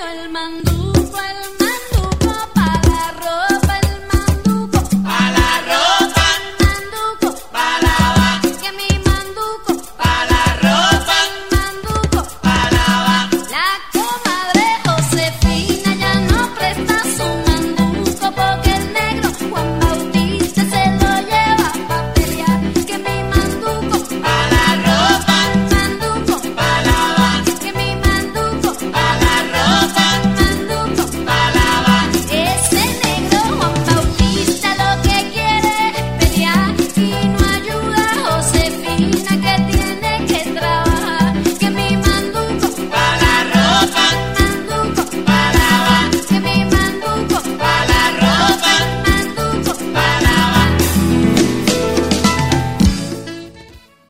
tan duro.